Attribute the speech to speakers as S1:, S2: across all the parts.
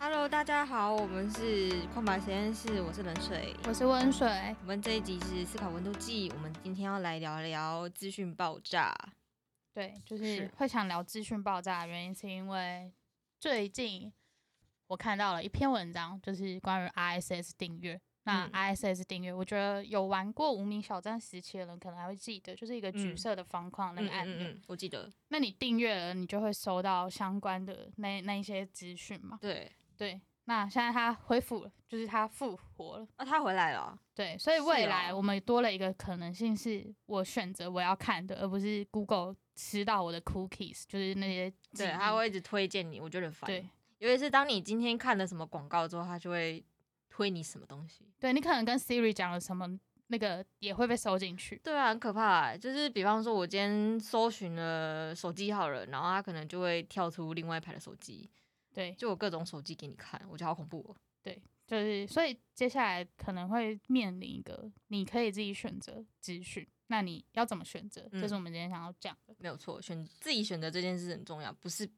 S1: Hello，大家好，我们是空白实验室，我是冷水。
S2: 我是温水，
S1: 我们这一集是思考温度计，我们今天要来聊聊资讯爆炸。
S2: 对，就是是会想聊资讯爆炸的原因，是因为最近我看到了一篇文章，就是关于 ISS 订阅。那
S1: 嗯
S2: ISS 订阅，我觉得有玩过无名小站时期的人可能还会记得，就是一个
S1: 嗯
S2: 橘色的方框那
S1: 嗯
S2: 个按
S1: 嗯
S2: 钮。
S1: 嗯，我记得，
S2: 那你订阅了，你就会收到相关的那那一些资讯嘛？
S1: 对，
S2: 对。那现在它恢复了，就是它复活了。
S1: 啊，他回来了，
S2: 对，所以
S1: 是
S2: 未
S1: 哦
S2: 来我们多了一个可能性，是我选择我要看的，而不是 Google 吃到我的 cookies，就是那些记忆
S1: 嗯对，他会一直推荐你，我觉得很烦。
S2: 对
S1: 尤其是当你今天看了什么广告之后，他就会推你什么东西。
S2: 对，你可能跟 Siri 讲了什么，那个也会被收进去。
S1: 对啊，很可怕、欸。就是比方说，我今天搜寻了手机好了，然后他可能就会跳出另外一排的手机，
S2: 对，
S1: 就有各种手机给你看，我觉得好恐怖哦、
S2: 就是所以接下来可能会面临一个，你可以自己选择资讯，那你要怎么选择？
S1: 嗯
S2: 这是我们今天想要讲的。
S1: 没有错，选自己选择这件事很重要，不是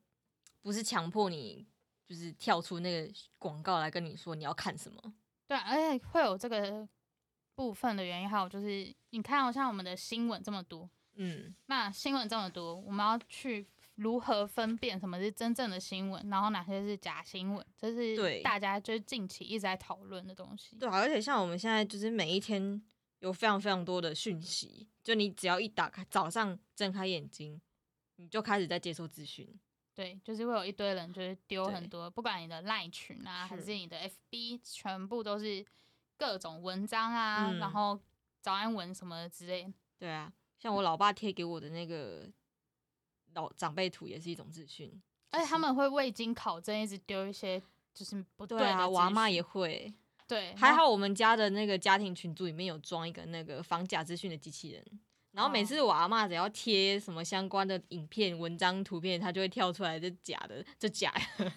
S1: 不是强迫你就是跳出那个广告来跟你说你要看什么。
S2: 对啊，而且会有这个部分的原因，还有就是你看、哦，像我们的新闻这么多，
S1: 嗯，
S2: 那新闻这么多，我们要去如何分辨什么是真正的新闻，然后哪些是假新闻？这
S1: 对
S2: 是大家就是近期一直在讨论的东西。
S1: 对啊，而且像我们现在就是每一天有非常非常多的讯息，就你只要一打开早上睁开眼睛，你就开始在接收资讯。
S2: 对，就是会有一堆人就是丢
S1: 对
S2: 很多，不管你的赖群啊，还
S1: 是
S2: 是你的 FB，全部都是各种文章啊，
S1: 嗯
S2: 然后早安文什么之类的。
S1: 对啊，像我老爸贴给我的那个老长辈图也是一种资讯。
S2: 而且他
S1: 是
S2: 们会未经考证，一直丢一些就是不
S1: 对
S2: 的
S1: 啊，我阿
S2: 资
S1: 妈
S2: 讯
S1: 也会。
S2: 对，
S1: 还
S2: 然后
S1: 好我们家的那个家庭群组里面有装一个那个防假资讯的机器人，然后每次我阿嬷只要贴什么相关的影片、文章、图片，它就会跳出来这假的，这假的。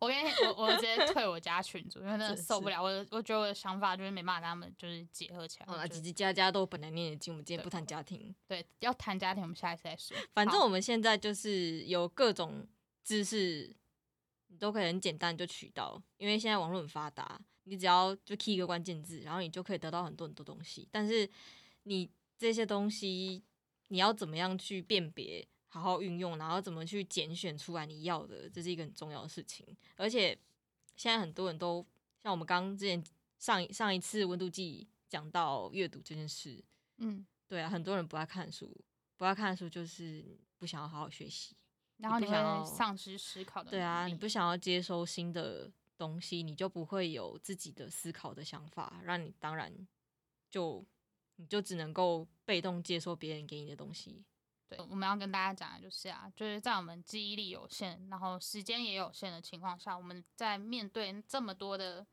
S2: 我跟你，我我直接退我家群主，因为真的
S1: 是哦
S2: 受不了。我的我觉得我的想法就是没办法跟他们就是结合起来。
S1: 好啦，
S2: 我觉
S1: 几
S2: 得
S1: 几家家都本来念得经，我们今天
S2: 对
S1: 不谈家庭，
S2: 对，要谈家庭，我们下一次再说。
S1: 反正
S2: 好
S1: 我们现在就是有各种知识，你都可以很简单就取到，因为现在网络很发达，你只要就 key 一个关键字，然后你就可以得到很多很多东西。但是你这些东西，你要怎么样去辨别，好好运用，然后怎么去拣选出来你要的，这是一个很重要的事情。而且现在很多人都像我们刚刚之前上一上一次温度计讲到阅读这件事，
S2: 嗯，
S1: 对啊，很多人不爱看书，不爱看书就是不想要好好学习。
S2: 然后
S1: 你
S2: 你
S1: 不想要
S2: 会丧失思考的
S1: 啊对啊，
S2: 能
S1: 你
S2: 力
S1: 不想要接收新的东西，你就不会有自己的思考的想法，让你当然就你就只能够被动接收别人给你的东西。
S2: 对，我们要跟大家讲的就是啊，就是在我们记忆力有限，然后时间也有限的情况下，我们在面对这么多的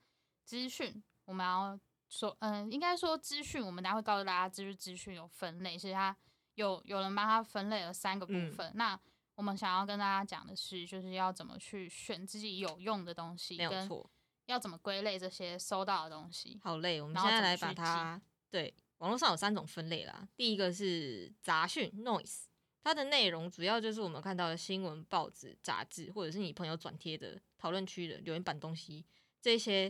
S2: 资讯，我们要说，嗯、应该说资讯，我们等下会告诉大家，就是资讯有分类，是它有有人帮它分类了三个部
S1: 嗯
S2: 分。那我们想要跟大家讲的是，就是要怎么去选自己有用的东西，
S1: 没有
S2: 跟
S1: 错，
S2: 要怎么归类这些收到的东西。
S1: 好累，我们
S2: 然
S1: 现
S2: 后
S1: 在
S2: 怎
S1: 来把
S2: 么去记
S1: 它对网络上有三种分类啦。第一个是杂讯， 它的内容主要就是我们看到的新闻、报纸、杂志，或者是你朋友转贴的讨论区的留言板东西，这些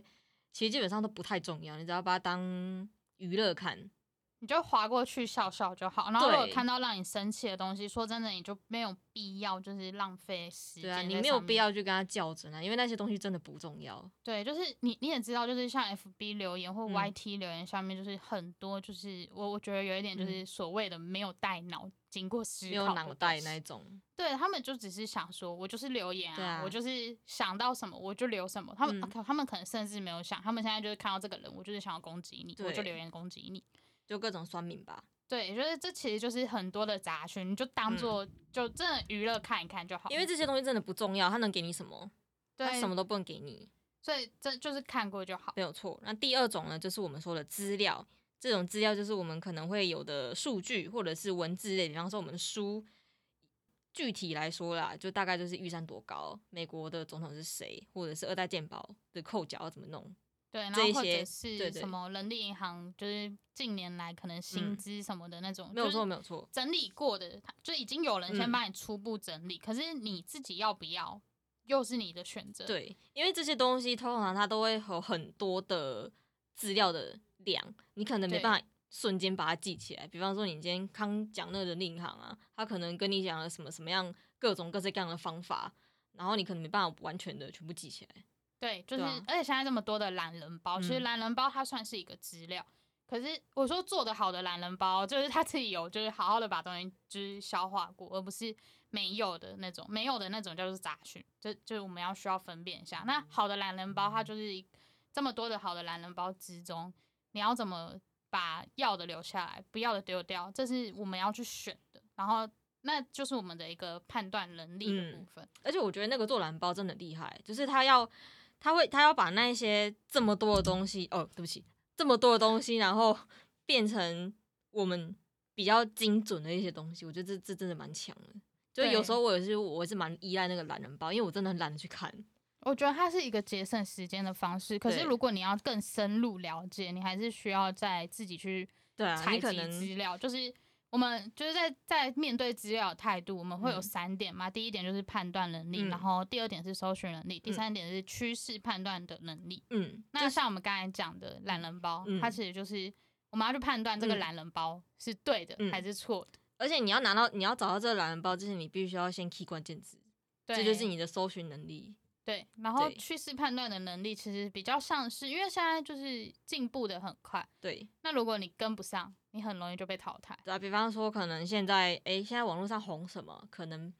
S1: 其实基本上都不太重要，你只要把它当娱乐看。
S2: 你就划过去笑笑就好。然后如果
S1: 对
S2: 看到让你生气的东西，说真的，你就没有必要就是浪费时
S1: 对
S2: 间。
S1: 啊，你没有必。要去跟他较真啊，因为那些东西真的不重要。
S2: 对，就是你你也知道，就是像 FB 留言或
S1: 嗯
S2: YT 留言下面，就是很多就是我我觉得有一点就是所谓的没有带脑、经过思
S1: 嗯
S2: 考、
S1: 没有脑袋那一。种，
S2: 对他们就只是想说，我就是留言啊，
S1: 对啊
S2: 我就是想到什么我就留什么。他们、
S1: 嗯
S2: 啊他们可能甚至没有想，他们现在就是看到这个人，我就是想要攻击你，我就
S1: 对
S2: 留言攻击你。
S1: 就各种酸民吧。
S2: 对，就是这其实就是很多的杂讯，你就当
S1: 嗯
S2: 做、就真的娱乐看一看就好。
S1: 因为这些东西真的不重要，它能给你什么？它
S2: 对
S1: 什么，都不能给你。
S2: 所以这就是看过就好。
S1: 没有错。那第二种呢，就是我们说的资料，这种资料就是我们可能会有的数据或者是文字类，比方说我们的书。具体来说啦，就大概就是预算多高，美国的总统是谁，或者是二代健保的扣缴要怎么弄，
S2: 对，然
S1: 这
S2: 后
S1: 一
S2: 或
S1: 些
S2: 者
S1: 对
S2: 是
S1: 对
S2: 什么人力银行，就是近年来可能薪
S1: 嗯
S2: 资什么的那种，
S1: 没有
S2: 就是
S1: 错，没有错，
S2: 整理过的，它就已经有人
S1: 嗯
S2: 先帮你初步整理，可是你自己要不要？又是你的选择。，
S1: 对，因为这些东西通常它都会有很多的资料的量，你可能没
S2: 对
S1: 办法瞬间把它记起来。比方说，你今天刚讲那个人力银行啊，他可能跟你讲了什么什么样各种各式各样的方法，然后你可能没办法完全的全部记起来。
S2: 对，就是、
S1: 对啊
S2: 而且现在这么多的懒人包，其实
S1: 嗯
S2: 懒人包它算是一个资料。可是我说做的好的懒人包，就是他自己有，就是好好的把东西就是消化过，而不是没有的那种，没有的那种叫做杂讯，这就是我们要需要分辨一下。那
S1: 嗯
S2: 好的懒人包，它就是一这么多的好的懒人包之中，你要怎么把要的留下来，不要的丢掉，这是我们要去选的。然后那就是我们的一个判断能力的
S1: 嗯
S2: 部分。
S1: 而且我觉得那个做蓝包真的厉害，就是他要他会他要把那一些这么多的东西，哦，对不起，这么多的东西，然后 变成我们比较精准的一些东西，我觉得这这真的蛮强的。就
S2: 对
S1: 有时候我也是我是蛮依赖那个懒人包，因为我真的很懒得去看。
S2: 我觉得它是一个节省时间的方式，可是
S1: 对
S2: 如果你要更深入了解，你还是需要再自己去
S1: 对啊，
S2: 采
S1: 你可
S2: 集
S1: 能
S2: 资料。就是我们就是在在面对资料的态度，我们会有
S1: 嗯
S2: 三点嘛。第一点就是判断能力，
S1: 嗯
S2: 然后第二点是搜寻能力，第
S1: 嗯
S2: 三点是趋势判断的能力。
S1: 嗯，
S2: 那像我们刚才讲的懒人包，
S1: 嗯
S2: 它其实就是我们要去判断这个
S1: 嗯
S2: 懒人包是对的
S1: 嗯
S2: 还是错的。
S1: 而且你要拿到你要找到这个懒人包之前，你必须要先 key 关键字，
S2: 对，
S1: 这就是你的搜寻能力。
S2: 对，然后
S1: 对
S2: 趋势判断的能力其实比较像是，因为现在就是进步的很快。
S1: 对，
S2: 那如果你跟不上，你很容易就被淘汰。
S1: 对啊，比方说，可能现在，诶，现在网络上红什么？可能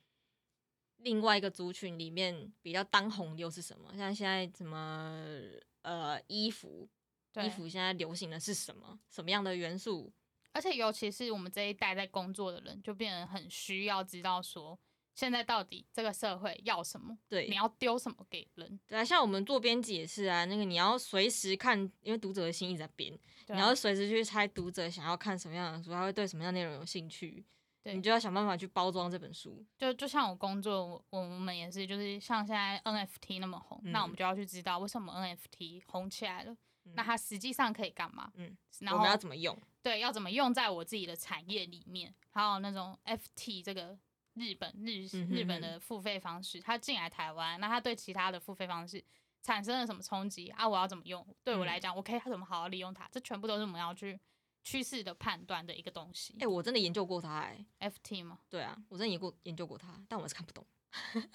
S1: 另外一个族群里面比较当红又是什么？像现在什么呃衣服，
S2: 对，
S1: 衣服现在流行的是什么？什么样的元素？
S2: 而且尤其是我们这一代在工作的人，就变得很需要知道说，现在到底这个社会要什么，
S1: 对
S2: 你，要丢什么给人。
S1: 对啊，像我们做编辑也是啊，那个你要随时看，因为读者的心一直在变，
S2: 对
S1: 你
S2: 啊
S1: 要随时去猜读者想要看什么样的书，他会对什么样的内容有兴趣，
S2: 对
S1: 你就要想办法去包装这本书。
S2: 就就像我工作，我我们也是，就是像现在 NFT 那么红，那我
S1: 嗯
S2: 们就要去知道为什么 NFT 红起来了，
S1: 嗯
S2: 那它实际上可以干嘛？
S1: 嗯，
S2: 然
S1: 我
S2: 后
S1: 们要怎么用？
S2: 对，要怎么用在我自己的产业里面，还有那种 FT 这个日本日
S1: 嗯
S2: 日
S1: 哼哼
S2: 本的付费方式，它进来台湾，那它对其他的付费方式产生了什么冲击啊？我要怎么用？对我来
S1: 嗯
S2: 讲，我可以怎么好好利用它？这全部都是我们要去趋势的判断的一个东西
S1: 诶，。我真的研究过它、诶。
S2: FT 嘛，
S1: 对啊，我真的研过研究过它，但我是看不懂。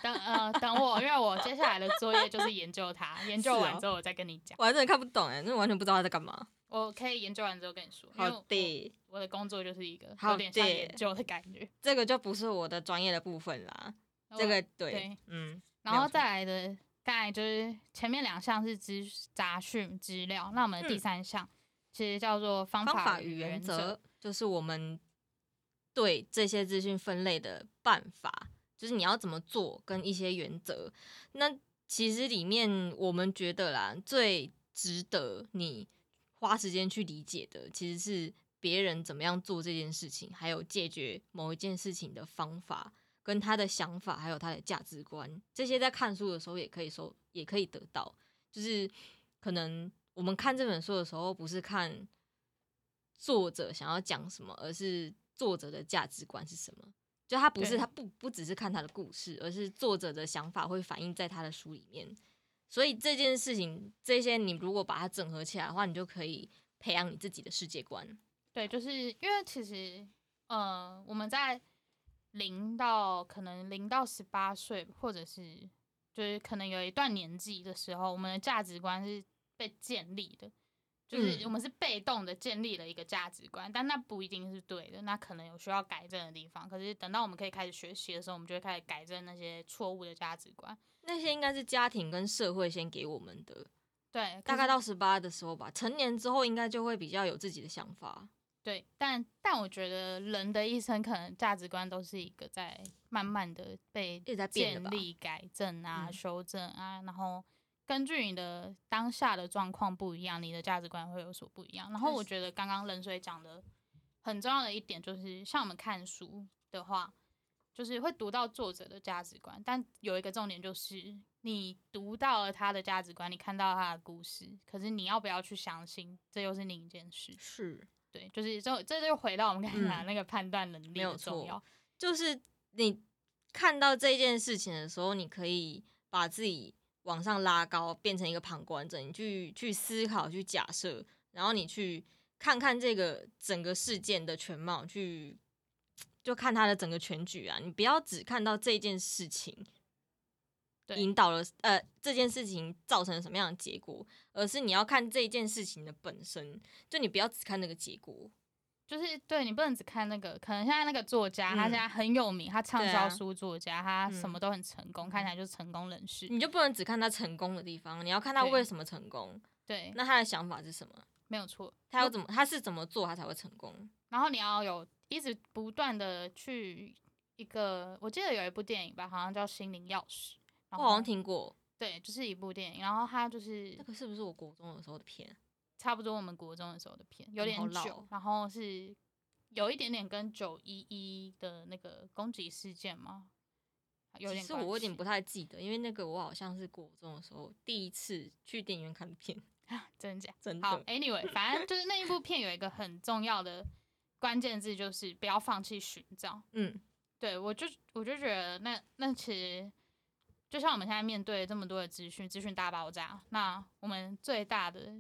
S2: 等呃等我，因为我接下来的作业就是研究它，研究
S1: 是
S2: 完
S1: 哦
S2: 之后我再跟你讲。
S1: 我还真的看不懂哎、那完全不知道他在干嘛。
S2: 我可以研究完之后跟你说，因为
S1: 好
S2: 我
S1: 的，
S2: 我的工作就是一个有
S1: 好
S2: 点像
S1: 的
S2: 研究的感觉。
S1: 这个就不是我的专业的部分啦。这
S2: 我
S1: 个对，
S2: 对
S1: 嗯，
S2: 然
S1: 没有
S2: 后
S1: 错
S2: 再来的，刚才就是前面两项是资杂讯资料，那我们的第
S1: 嗯
S2: 三项、其实叫做方
S1: 方法
S2: 与
S1: 与
S2: 原
S1: 原则就是我们对这些资讯分类的办法，就是你要怎么做跟一些原则。那其实里面我们觉得啦，最值得你花时间去理解的，其实是别人怎么样做这件事情，还有解决某一件事情的方法。跟他的想法，还有他的价值观，这些在看书的时候也可以收，也可以得到。就是可能我们看这本书的时候，不是看作者想要讲什么，而是作者的价值观是什么。就他不
S2: 对
S1: 是他不不只是看他的故事，而是作者的想法会反映在他的书里面。所以这件事情，这些你如果把它整合起来的话，你就可以培养你自己的世界观。
S2: 对，就是因为其实，呃，我们在零到可能零到十八岁，或者是就是可能有一段年纪的时候，我们的价值观是被建立的，就是
S1: 嗯
S2: 我们是被动的建立了一个价值观，但那不一定是对的，那可能有需要改正的地方。可是等到我们可以开始学习的时候，我们就会开始改正那些错误的价值观。
S1: 那些应该是家庭跟社会先给我们的，
S2: 对，
S1: 大
S2: 可
S1: 概
S2: 是
S1: 到十八的时候吧，成年之后应该就会比较有自己的想法。
S2: 对，但但我觉得人的一生可能价值观都是一个在慢慢的被
S1: 直在变的
S2: 建
S1: 吧
S2: 立、改正啊、
S1: 嗯
S2: 修正啊，然后根据你的当下的状况不一样，你的价值观会有所不一样。然后
S1: 确
S2: 我
S1: 实
S2: 觉得刚刚冷水讲的很重要的一点就是，像我们看书的话，就是会读到作者的价值观，但有一个重点就是，你读到了他的价值观，你看到他的故事，可是你要不要去相信，这又是另一件事。
S1: 是，
S2: 对，就是这这就回到我们刚才讲的
S1: 嗯
S2: 那个判断能力
S1: 没有
S2: 的重
S1: 错
S2: 要。
S1: 就是你看到这件事情的时候，你可以把自己往上拉高，变成一个旁观者，你去去思考、去假设，然后你去看看这个整个事件的全貌，去就看它的整个全局啊。你不要只看到这件事情
S2: 对
S1: 引导了呃这件事情造成了什么样的结果，而是你要看这件事情的本身。就你不要只看那个结果，
S2: 就是对你不能只看那个，可能现在那个作家，他
S1: 嗯
S2: 现在很有名，他畅
S1: 对
S2: 销
S1: 啊
S2: 书作家，他什
S1: 嗯
S2: 么都很成功，看起来就是成功人士。
S1: 你就不能只看他成功的地方，你要看他
S2: 对
S1: 为什么成功，
S2: 对，
S1: 那他的想法是什么，
S2: 没有错。
S1: 他要怎么，他是怎么做他才会成功。
S2: 然后你要有一直不断的去一个，我记得有一部电影吧，好像叫《心灵钥匙》，
S1: 我
S2: 然
S1: 好
S2: 后
S1: 像听过，
S2: 对，就是一部电影，然后它就是
S1: 那个是不是我国中的时候的片？啊
S2: 差不多我们国中的时候的片，有
S1: 嗯
S2: 点
S1: 好老
S2: 久，
S1: 哦
S2: 然后是有一点点跟九一一的那个攻击事件吗？有点
S1: 其实
S2: 关
S1: 我有点
S2: 系
S1: 不太记得，因为那个我好像是国中的时候第一次去电影院看的片，
S2: 真假。
S1: 真
S2: 好
S1: 的。
S2: ，Anyway，反正就是那一部片有一个很重要的关键字，就是不要放弃寻找。
S1: 嗯，
S2: 对我就我就觉得那那其实就像我们现在面对这么多的资讯，资讯大爆炸，那我们最大的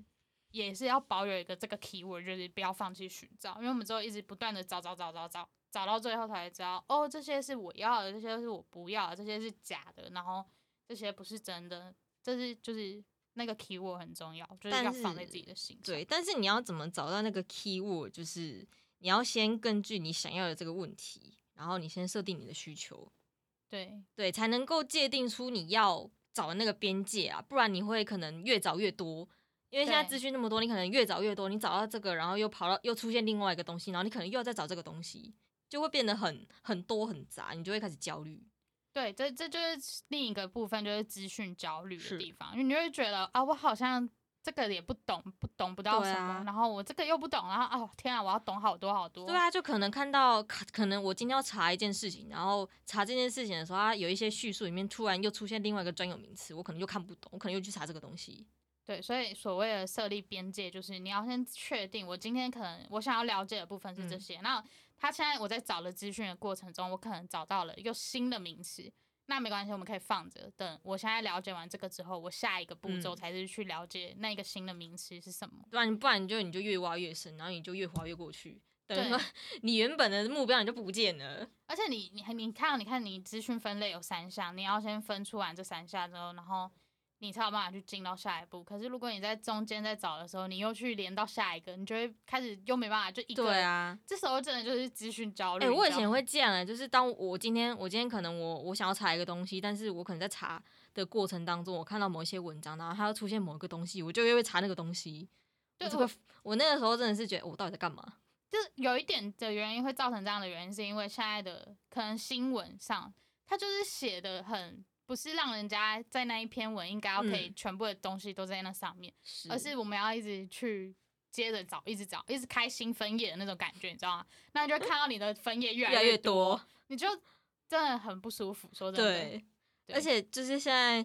S2: 也是要保有一个这个 keyword，就是不要放弃寻找，因为我们之后一直不断的找找找找找，找到最后才知道，哦，这些是我要的，这些是我不要的，这些是假的，然后这些不是真的，这是就是那个 keyword 很重要，就是
S1: 但
S2: 要放在
S1: 是
S2: 自己的心上。
S1: 对。但是你要怎么找到那个 keyword？就是你要先根据你想要的这个问题，然后你先设定你的需求，
S2: 对
S1: 对，才能够界定出你要找的那个边界啊。不然你会可能越找越多，因为现在
S2: 对
S1: 资讯那么多，你可能越找越多，你找到这个，然后又跑到又出现另外一个东西，然后你可能又要再找这个东西，就会变得很很多很杂，你就会开始焦虑。
S2: 对，这这就是另一个部分，就是资讯焦虑的
S1: 是
S2: 地方，因为你就会觉得啊，我好像这个也不懂，不懂不到
S1: 对
S2: 什么，
S1: 啊
S2: 然后我这个又不懂，然后哦天啊，我要懂好多好多。
S1: 对，啊，就可能看到，可可能我今天要查一件事情，然后查这件事情的时候，啊它有一些叙述里面突然又出现另外一个专有名词，我可能又看不懂，我可能又去查这个东西。
S2: 对，所以所谓的设立边界，就是你要先确定，我今天可能我想要了解的部分是这
S1: 嗯
S2: 些。那他现在我在找的资讯的过程中，我可能找到了一个新的名词，那没关系，我们可以放着，等我现在了解完这个之后，我下一个步骤
S1: 嗯
S2: 才是去了解那个新的名词是什么。
S1: 不然不然你就你就越挖越深，然后你就越滑越过去，等于
S2: 对
S1: 说 你原本的目标你就不见了。
S2: 而且你你你看哦，你看你资讯分类有三项，你要先分出完这三项之后，然后你才有办法去进到下一步。可是如果你在中间在找的时候，你又去连到下一个，你就会开始又没办法就一个。
S1: 对，啊，
S2: 这时候真的就是资讯焦虑。
S1: 哎、我以
S2: 你知
S1: 前
S2: 道吗
S1: 会这样哎、就是当我今天我今天可能我我想要查一个东西，但是我可能在查的过程当中，我看到某一些文章，然后它要出现某一个东西，我就又会查那个东西。
S2: 对
S1: 我就
S2: 我
S1: 会我那个时候真的是觉得我到底在干嘛？
S2: 就是有一点的原因会造成这样的原因，是因为现在的可能新闻上，它就是写的很不是让人家在那一篇文应该要可以
S1: 嗯
S2: 全部的东西都在那上面。
S1: 是
S2: 而是我们要一直去接着找，一直找，一直开新分页的那种感觉，你知道吗？那你就会看到你的分页越
S1: 越来
S2: 越
S1: 越多。
S2: 你就真的很不舒服。说真的，
S1: 对，而且就是现在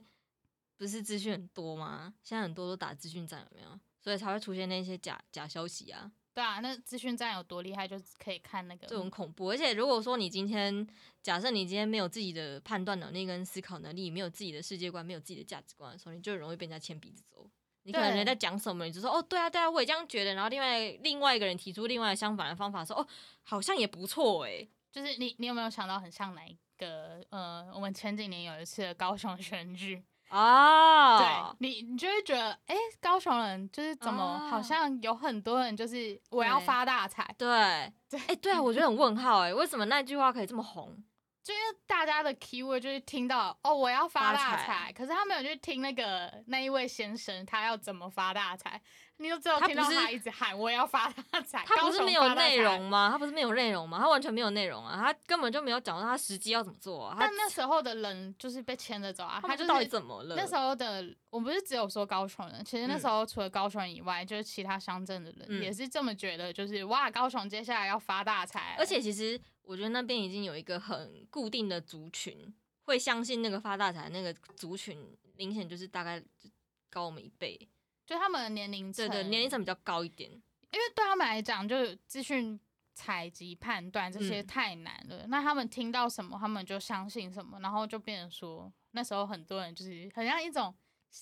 S1: 不是资讯很多吗？现在很多都打资讯战，有没有？所以才会出现那些假假消息啊，
S2: 对啊，那资讯站有多厉害，就可以看那个
S1: 就很恐怖。而且如果说你今天假设你今天没有自己的判断能力跟思考能力，没有自己的世界观，没有自己的价值观的时候，你就很容易被人家牵鼻子走。你可能
S2: 对
S1: 人家在讲什么，你就说哦，对啊，对啊，我也这样觉得。然后另外另外一个人提出另外相反的方法，说哦，好像也不错欸诶、
S2: 就是你，你有没有想到很像哪一个？呃，我们前几年有一次的高雄选举，
S1: 啊，
S2: 哦对你，你就会觉得，哎、高雄人就是怎么
S1: 啊
S2: 好像有很多人就是我要
S1: 对
S2: 发大财，
S1: 对，哎、对啊，我觉得很问号哎、为什么那句话可以这么红？
S2: 就因为大家的 keyword 就是听到哦，我要发
S1: 发
S2: 大
S1: 财
S2: 财，可是他没有去听那个那一位先生他要怎么发大财，你就只有
S1: 他
S2: 听
S1: 不
S2: 到
S1: 是
S2: 他一直喊我要发大财，
S1: 他
S2: 高
S1: 不是
S2: 雄
S1: 没
S2: 发
S1: 有
S2: 大
S1: 内
S2: 财
S1: 容。吗？他不是没有内容吗？他完全没有内容啊！他根本就没有讲到他实际要怎么做、啊。他
S2: 但那时候的人就是被牵着走啊，
S1: 他
S2: 他
S1: 们
S2: 就是
S1: 到底怎么了？
S2: 那时候的我不是只有说高雄人，其实那时候除了高雄人以外，就是其他乡镇的人
S1: 嗯
S2: 也是这么觉得，就是哇，高雄接下来要发大财了，啊
S1: 而且其实我觉得那边已经有一个很固定的族群会相信那个发大财那个族群，明显就是大概就高我们一倍，
S2: 就他们的年龄层，
S1: 对对，年龄层比较高一点。
S2: 因为对他们来讲，就是资讯采集、判断这些
S1: 嗯
S2: 太难了。那他们听到什么，他们就相信什么，然后就变成说，那时候很多人就是很像一种，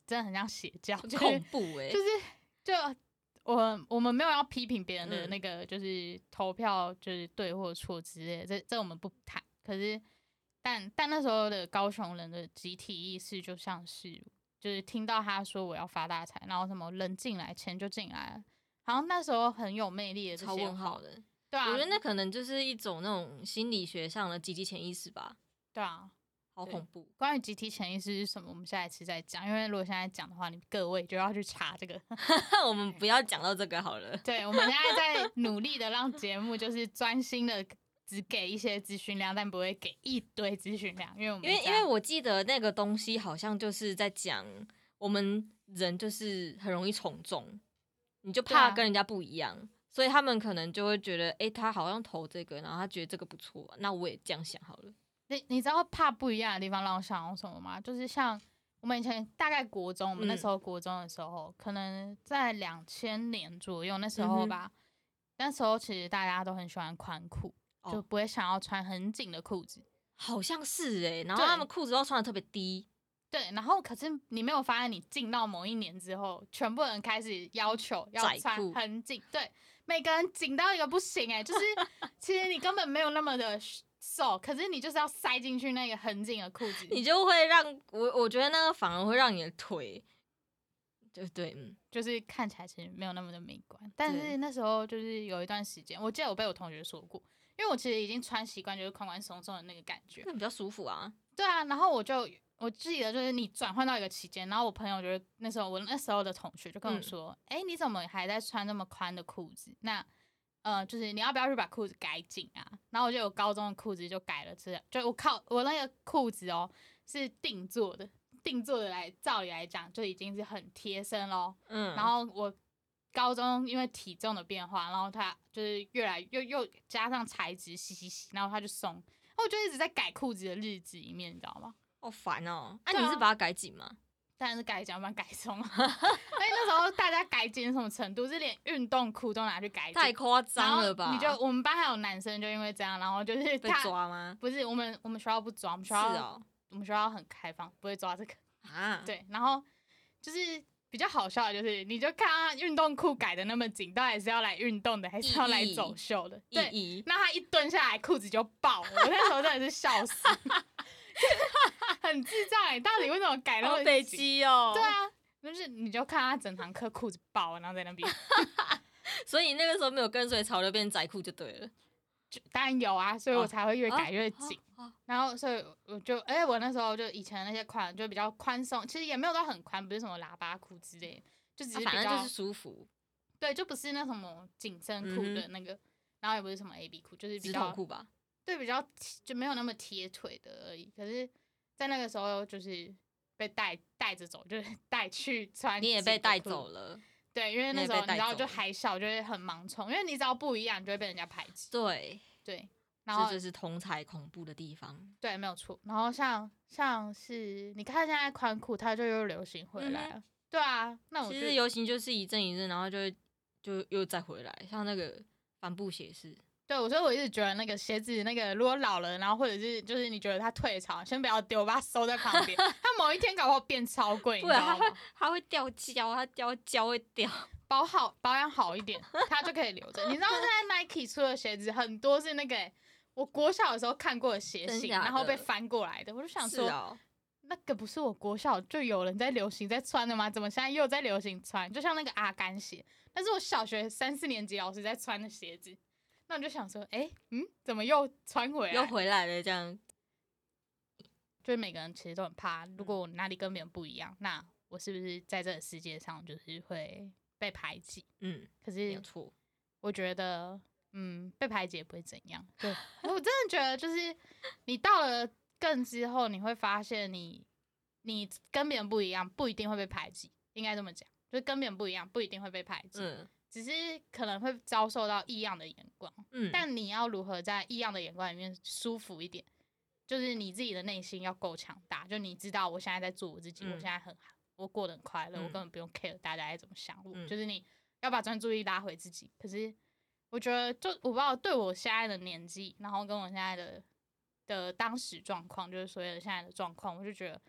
S2: 真的很像邪教，
S1: 很
S2: 就是
S1: 恐怖哎、
S2: 就是就我我们没有要批评别人的
S1: 嗯
S2: 那个，就是投票就是对或错之类的，这这我们不谈。可是，但但那时候的高雄人的集体意识就像是，就是听到他说我要发大财，然后什么人进来钱就进来了，好像那时候很有魅力的这
S1: 超
S2: 些
S1: 问
S2: 话，
S1: 号的。
S2: 对啊，
S1: 我觉得那可能就是一种那种心理学上的集体潜意识吧，
S2: 对啊。
S1: 好
S2: 对
S1: 恐 怖。
S2: 关于集体潜意识是什么，我们下一次再讲，因为如果现在讲的话，你各位就要去查这个。
S1: 我们不要讲到这个好了。
S2: 对，我们现在在努力的让节目就是专心的，只给一些资讯量，但不会给一堆资讯量，因为我们
S1: 因为
S2: 这
S1: 因
S2: 样
S1: 为我记得那个东西好像就是在讲我们人就是很容易从众，你就
S2: 对啊
S1: 怕跟人家不一样，所以他们可能就会觉得，诶，他好像投这个，然后他觉得这个不错，那我也这样想好了。
S2: 你你知道怕不一样的地方让我想到什么吗？就是像我们以前大概国中，我们那
S1: 嗯
S2: 时候国中的时候，可能在两千年左右那时
S1: 嗯
S2: 候
S1: 哼
S2: 吧，那时候其实大家都很喜欢宽裤，
S1: 哦
S2: 就不会想要穿很紧的裤子。
S1: 好像是诶，然后
S2: 对
S1: 他们裤子都穿的特别低，
S2: 对，然后可是你没有发现，你进到某一年之后，全部人开始要求要
S1: 窄
S2: 穿
S1: 裤
S2: 很紧，对，每个人紧到一个不行哎、就是 其实你根本没有那么的瘦，可是你就是要塞进去那个很紧的裤子，
S1: 你就会让我我觉得那个反而会让你的腿，对对，嗯，
S2: 就是看起来其实没有那么的美观。但是
S1: 对
S2: 那时候就是有一段时间，我记得我被我同学说过，因为我其实已经穿习惯就是宽宽松松的那个感觉，
S1: 那比较舒服啊。
S2: 对啊，然后我就我记得就是你转换到一个期间，然后我朋友就是那时候我那时候的同学就跟我
S1: 嗯
S2: 说，哎、你怎么还在穿那么宽的裤子？那呃，就是你要不要去把裤子改紧啊？然后我就有高中的裤子就改了，这就我靠我那个裤子哦是定做的，定做的来照理来讲就已经是很贴身咯。
S1: 嗯，
S2: 然后我高中因为体重的变化，然后它就是越来又又加上材质洗洗洗，然后它就松。然后我就一直在改裤子的日子里面，你知道吗？
S1: 好烦哦。啊，
S2: 对啊
S1: 你是把它改紧吗？
S2: 当然是改脚板改松， 而且那时候大家改紧什么程度，是连运动裤都拿去改紧，
S1: 太夸
S2: 然
S1: 张
S2: 后
S1: 了吧？
S2: 你就我们班还有男生就因为这样，然后就是
S1: 被
S2: 他
S1: 抓吗？
S2: 不是我们我们学校不抓，我们学
S1: 是
S2: 校、
S1: 哦，
S2: 我们学校很开放，不会抓这个。
S1: 啊，
S2: 对，然后就是比较好笑的就是，你就看他运动裤改的那么紧，到底是要来运动的，还是要来
S1: 意义
S2: 走秀的？
S1: 意
S2: 对，
S1: 义。
S2: 那他一蹲下来，裤子就爆了。我那时候真的是笑死， 很智障哎、到底为什么改那么
S1: 好北
S2: 紧
S1: 基哦，
S2: 对啊，就是你就看他整堂课裤子爆，然后在那 边，
S1: 所以那个时候没有跟随潮流变窄裤就对了，
S2: 就当然有啊，所以我
S1: 哦
S2: 才会越
S1: 啊
S2: 改越紧。哦
S1: 啊啊
S2: 然后所以我就，哎、我那时候就以前那些款就比较宽松，其实也没有到很宽，不是什么喇叭裤之类的，就只是比较、
S1: 啊反正就是舒服，
S2: 对，就不是那什么紧身裤的
S1: 嗯
S2: 那个，然后也不是什么 A B 裤，就是比
S1: 直筒
S2: 较
S1: 裤吧。
S2: 对比较贴就没有那么贴腿的而已。可是，在那个时候就是被带带着走，就是 带去穿，
S1: 你也被带走。了，
S2: 对，因为
S1: 你
S2: 那
S1: 也
S2: 时
S1: 被
S2: 候你知
S1: 带
S2: 道
S1: 走
S2: 就
S1: 了
S2: 还小，就会很盲从，因为你只要不一样，你就会被人家排挤。
S1: 对，
S2: 对，然后
S1: 这就是同才恐怖的地方。
S2: 对，没有错。然后像像是你看现在宽裤，它就又流行回
S1: 嗯
S2: 来了。对啊，那我
S1: 其
S2: 就
S1: 实游行就是一阵一阵，然后就会就又再回来，像那个帆布鞋 是，
S2: 对我，所以我一直觉得那个鞋子，那个如果老了，然后或者是就是你觉得它退潮，先不要丢，把它收在旁 边。它某一天搞不好变超贵，你
S1: 对，啊
S2: 知
S1: 它
S2: 道
S1: 会
S2: 吗？
S1: 它会掉胶，它掉胶会 掉。
S2: 保好保养好一点，它就可以留着。你知道现在 Nike 出的鞋子很多是那个、欸我国小的时候看过的鞋
S1: 真
S2: 型，
S1: 假
S2: 然后被
S1: 的
S2: 翻过来的，我就想
S1: 是
S2: 说，
S1: 哦，
S2: 那个不是我国小就有人在流行在穿的吗？怎么现在又在流行穿？就像那个阿甘鞋，那是我小学三四年级老师在穿的鞋子。那我就想说，哎、嗯，怎么又穿回来？
S1: 又回来了这样。嗯
S2: 就是每个人其实都很怕，如
S1: 嗯
S2: 果我哪里跟别人不一样，那我是不是在这个世界上就是会被排挤？
S1: 嗯，
S2: 可
S1: 没有
S2: 是
S1: 错。
S2: 我觉得，嗯，被排挤也不会怎样。对， 我真的觉得就是你到了更之后，你会发现你你跟别人不一样，不一定会被排挤，应该这么讲，就是跟别人不一样，不一定会被排挤，
S1: 嗯
S2: 只是可能会遭受到异样的眼光。
S1: 嗯，
S2: 但你要如何在异样的眼光里面舒服一点，就是你自己的内心要够强大，就你知道我现在在做我自己，我
S1: 嗯
S2: 现在很我过得很快乐，我
S1: 嗯
S2: 根本不用 care 大家在怎么想我，
S1: 嗯
S2: 就是你要把专注力拉回自己。可是我觉得，就我不知道对我现在的年纪，然后跟我现在的的当时状况，就是所有的现在的状况，我就觉得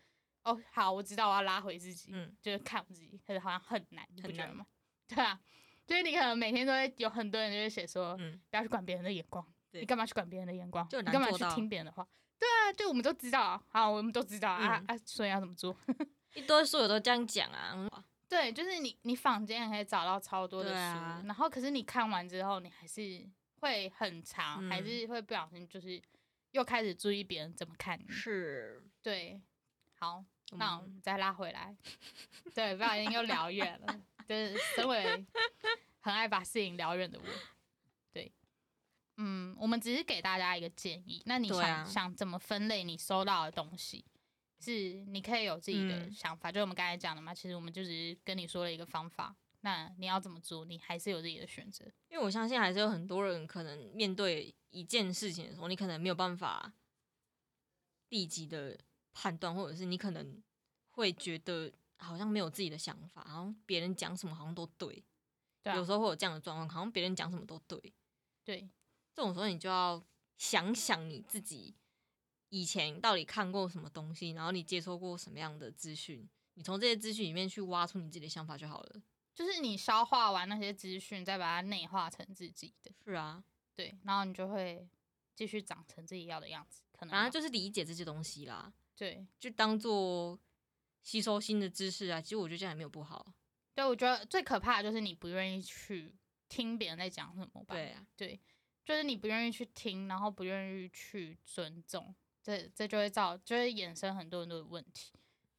S2: 哦，好，我知道我要拉回自己，
S1: 嗯
S2: 就是看我自己，可是好像很难，你不
S1: 很
S2: 觉得
S1: 难
S2: 吗？ 对啊，就是你可能每天都会有很多人就会写说，
S1: 嗯，
S2: 不要去管别人的眼光，
S1: 对
S2: 你干嘛去管别人的眼光？
S1: 就很
S2: 你
S1: 难
S2: 干嘛
S1: 做
S2: 去
S1: 到
S2: 听别人的话？对啊，对，我们都知道啊，好，我们都知道
S1: 嗯
S2: 啊、啊，所以要怎 么做？
S1: 一堆书友都这样讲啊，嗯
S2: 对，就是你你坊间也可以找到超多的书，
S1: 对啊
S2: 然后可是你看完之后，你还是会很长，还
S1: 嗯
S2: 是会不小心就是又开始注意别人怎么看你。
S1: 是，
S2: 对，好，
S1: 我
S2: 那我
S1: 们
S2: 们再拉回来，对，不小心又聊远了，就是身为很爱把事情聊远的我，对，嗯，我们只是给大家一个建议，那你
S1: 对
S2: 想、
S1: 啊
S2: 想怎么分类你收到的东西？是你可以有自己的
S1: 嗯
S2: 想法，就我们刚才讲的嘛，其实我们就只是跟你说了一个方法，那你要怎么做，你还是有自己的选择。
S1: 因为我相信还是有很多人可能面对一件事情的时候，你可能没有办法立即的判断，或者是你可能会觉得好像没有自己的想法，好像别人讲什么好像都对，
S2: 对、啊，
S1: 有时候会有这样的状况，好像别人讲什么都对。
S2: 对，
S1: 这种时候你就要想想你自己以前到底看过什么东西，然后你接收过什么样的资讯，你从这些资讯里面去挖出你自己的想法就好了。
S2: 就是你消化完那些资讯，再把它内化成自己的。
S1: 是啊，
S2: 对，然后你就会继续长成自己要的样子，可能
S1: 反正啊
S2: 吧
S1: 就是理解这些东西啦，
S2: 对
S1: 就当做吸收新的知识啊。其实我觉得这样也没有不好。
S2: 对，我觉得最可怕的就是你不愿意去听别人在讲什么吧，
S1: 对啊，
S2: 对就是你不愿意去听，然后不愿意去尊重，这这就会造就会衍生很多很多的问题。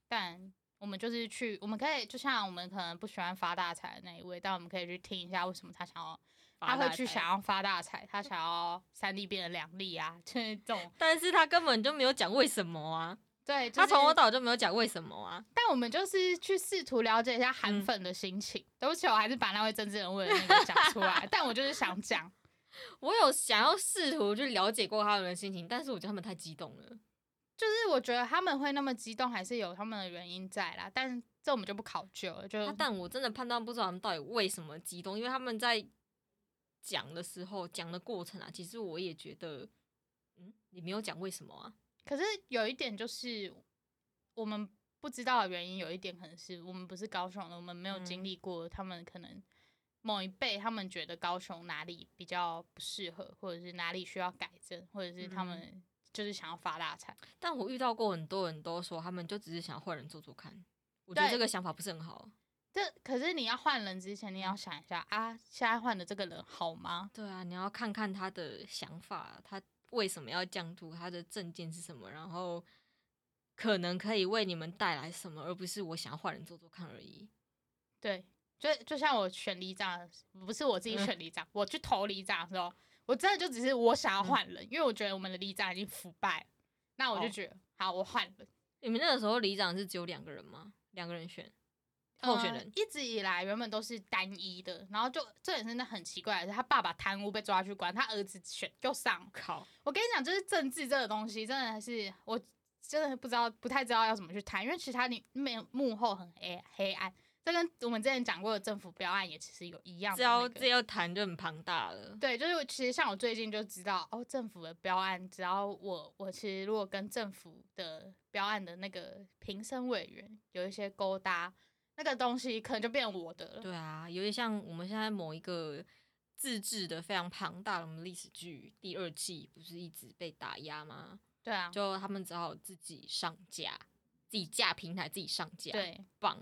S2: 但我们就是去，我们可以就像我们可能不喜欢发大财的那一位，但我们可以去听一下为什么他想要，他会去想要发大财，他想要三利变成两利啊，就是这 种
S1: 但是他根本就没有讲为什么啊，
S2: 对，就
S1: 他从
S2: 是
S1: 头到尾就没有讲为什么啊。
S2: 但我们就是去试图了解一下韩
S1: 嗯
S2: 粉的心情。对不起，我还是把那位政治人物的那个讲 出来，但我就是想讲，
S1: 我有想要试图去了解过他们的心情，但是我觉得他们太激动了。
S2: 就是我觉得他们会那么激动，还是有他们的原因在啦。但这我们就不考究了，就
S1: 啊但我真的判断不出他们到底为什么激动，因为他们在讲的时候，讲的过程啊，其实我也觉得，嗯，你没有讲为什么啊？
S2: 可是有一点就是我们不知道的原因，有一点可能是我们不是高雄的，我们没有经
S1: 嗯
S2: 历过，他们可能某一辈他们觉得高雄哪里比较不适合，或者是哪里需要改正，或者是他
S1: 嗯
S2: 们就是想要发大财。
S1: 但我遇到过很多人都说，他们就只是想要换人做做看，我觉得
S2: 对
S1: 这个想法不是很好。
S2: 这可是你要换人之前，你
S1: 嗯
S2: 要想一下啊，现在换的这个人好吗？
S1: 对啊，你要看看他的想法，他为什么要这样做，他的证件是什么，然后可能可以为你们带来什么，而不是我想要换人做做看而已。
S2: 对，就就像我选里长，不是我自己
S1: 嗯
S2: 选里长，我去投里长的时候，我真的就只是我想
S1: 嗯
S2: 要换人，因为我觉得我们的里长已经腐败了，那我就
S1: 哦
S2: 觉得、好，我换人。
S1: 你们那个时候里长是只有两个人吗？两个人选候选
S2: 呃
S1: 人？
S2: 一直以来原本都是单一的，然后就这也真的很奇怪的是，他爸爸贪污被抓去关，他儿子选又上，
S1: 靠！
S2: 我跟你讲，就是政治这个东西，真的是我真的不知道，不太知道要怎么去谈，因为其他你没有幕后很黑黑暗，这跟我们之前讲过的政府标案也其实有一样的、
S1: 这要
S2: 那
S1: 这
S2: 个。
S1: 要谈就很庞大了。
S2: 对，就是其实像我最近就知道哦，政府的标案，只要我我其实如果跟政府的标案的那个评审委员有一些勾搭，那个东西可能就变我的了。
S1: 对啊，有点像我们现在某一个自制的非常庞大的我们历史剧第二季，不是一直被打压吗？
S2: 对啊，
S1: 就他们只好自己上架，自己架平台，自己上架，，
S2: 对，
S1: 棒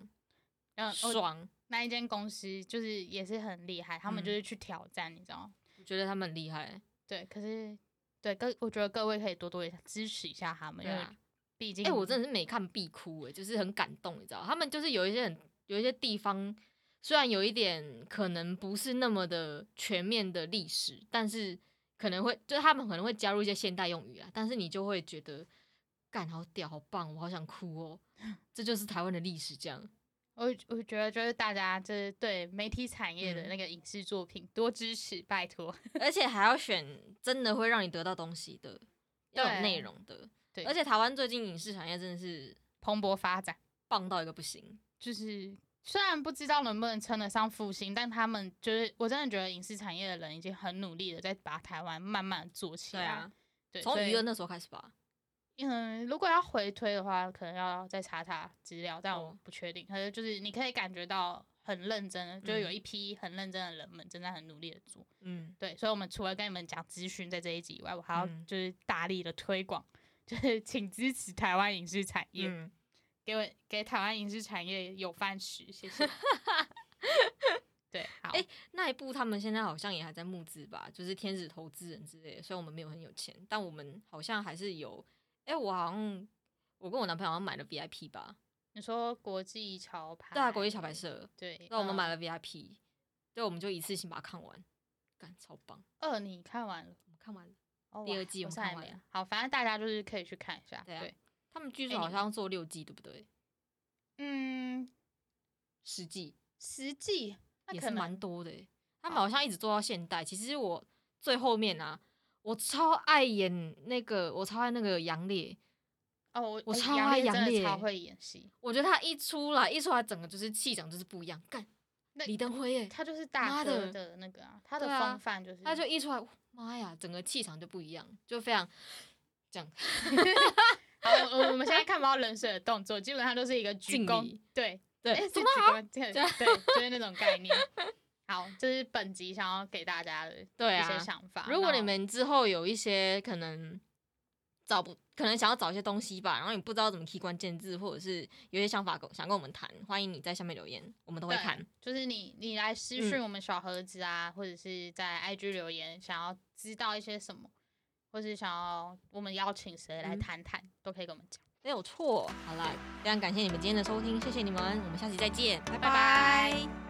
S2: 嗯，我
S1: 爽，
S2: 那一间公司就是也是很厉害，他们
S1: 嗯
S2: 就是去挑战，你知道吗？
S1: 我觉得他们很厉害。
S2: 对，可是对各，我觉得各位可以多多支持一下他们，
S1: 对
S2: 因为
S1: 啊，
S2: 毕竟
S1: 哎、我真的是每看必哭、哎，就是很感动，你知道，他们就是有一些很有一些地方。虽然有一点可能不是那么的全面的历史，但是可能会就是他们可能会加入一些现代用语啊，但是你就会觉得干好屌好棒，我好想哭哦，这就是台湾的历史这样。
S2: 我我觉得就是大家就是对媒体产业的
S1: 嗯
S2: 那个影视作品多支持，拜托。
S1: 而且还要选真的会让你得到东西的，要有
S2: 对
S1: 内容的。
S2: 对
S1: 而且台湾最近影视产业真的是
S2: 蓬勃发展，
S1: 棒到一个不行。
S2: 就是虽然不知道能不能称得上复兴，但他们就是我真的觉得影视产业的人已经很努力的在把台湾慢慢地做起
S1: 对
S2: 来。
S1: 啊，
S2: 对，
S1: 从
S2: 所
S1: 娱
S2: 以
S1: 乐那时候开始吧，
S2: 嗯，如果要回推的话，可能要再查查资料，但我
S1: 哦
S2: 不确定。可是就是你可以感觉到很认真的，就有
S1: 嗯
S2: 一批很认真的人们正在很努力的做。
S1: 嗯，
S2: 对，所以我们除了跟你们讲资讯在这一集以外，我还要
S1: 嗯
S2: 就是大力的推广，就是请支持台湾影视产业，
S1: 嗯，
S2: 给我给台湾影视产业有饭吃，谢谢。对，好，
S1: 诶那一部他们现在好像也还在募资吧，就是天使投资人之类的。虽然我们没有很有钱，但我们好像还是有。哎、我好像我跟我男朋友好像买了 VIP 吧？
S2: 你说国际潮牌，
S1: 对啊，国际小白，社，啊
S2: 对，嗯
S1: 那我们买
S2: 了
S1: 了 VIP，对，我们就一次性把它看完，干超棒，
S2: 二，你看完了。
S1: 我们看完了。
S2: 哦
S1: 第
S2: 哇
S1: 二季
S2: 我
S1: 我们
S2: 是还
S1: 看
S2: 没
S1: 完了
S2: 好，反正大家就是可以去看一下。
S1: 对啊
S2: 对，
S1: 他们据
S2: 哎
S1: 说好
S2: 你
S1: 像做六季，对不对？
S2: 嗯，
S1: 十季
S2: 实际那
S1: 也
S2: 可
S1: 是
S2: 能哦
S1: 蛮多的欸、他们
S2: 好
S1: 好像一直做到现代。其实我最后面啊，我超爱演那个，我超爱那个杨烈。
S2: 哦，我
S1: 我
S2: 哎
S1: 超
S2: 杨
S1: 爱
S2: 烈
S1: 杨
S2: 真的
S1: 烈欸
S2: 超会演戏，
S1: 我觉得他一出来，一出来整个就是气场就是不一样。干
S2: 那
S1: 李登辉耶，
S2: 他就是大
S1: 妈
S2: 哥
S1: 的
S2: 的那个啊，他的
S1: 对啊
S2: 风范就是，
S1: 他就一出来，妈呀，整个气场就不一样，就非常这样。
S2: 好，我我我们现在看不到人水的动作，基本上都是一个鞠
S1: 敬
S2: 躬
S1: 礼，
S2: 对，
S1: 对
S2: 哎，是鞠
S1: 怎么
S2: 躬，对
S1: 这样
S2: 对，就是那种概念。好，这是本集想要给大家的
S1: 对
S2: 一
S1: 啊
S2: 些想法。
S1: 如果
S2: 那
S1: 你们之后有一些可能找不，可能想要找一些东西吧，然后你不知道怎么 key 关键字，或者是有些想法跟想跟我们谈，欢迎你在下面留言，我们都会
S2: 对
S1: 看。嗯
S2: 就是你你来私讯我们小盒子啊，或者是在 IG 留言，想要知道一些什么，或是想要我们邀请谁来
S1: 嗯
S2: 谈谈，都可以跟我们讲。
S1: 没有错，好啦，非常感谢你们今天的收听，谢谢你们，我们下期再见，拜
S2: 拜
S1: 拜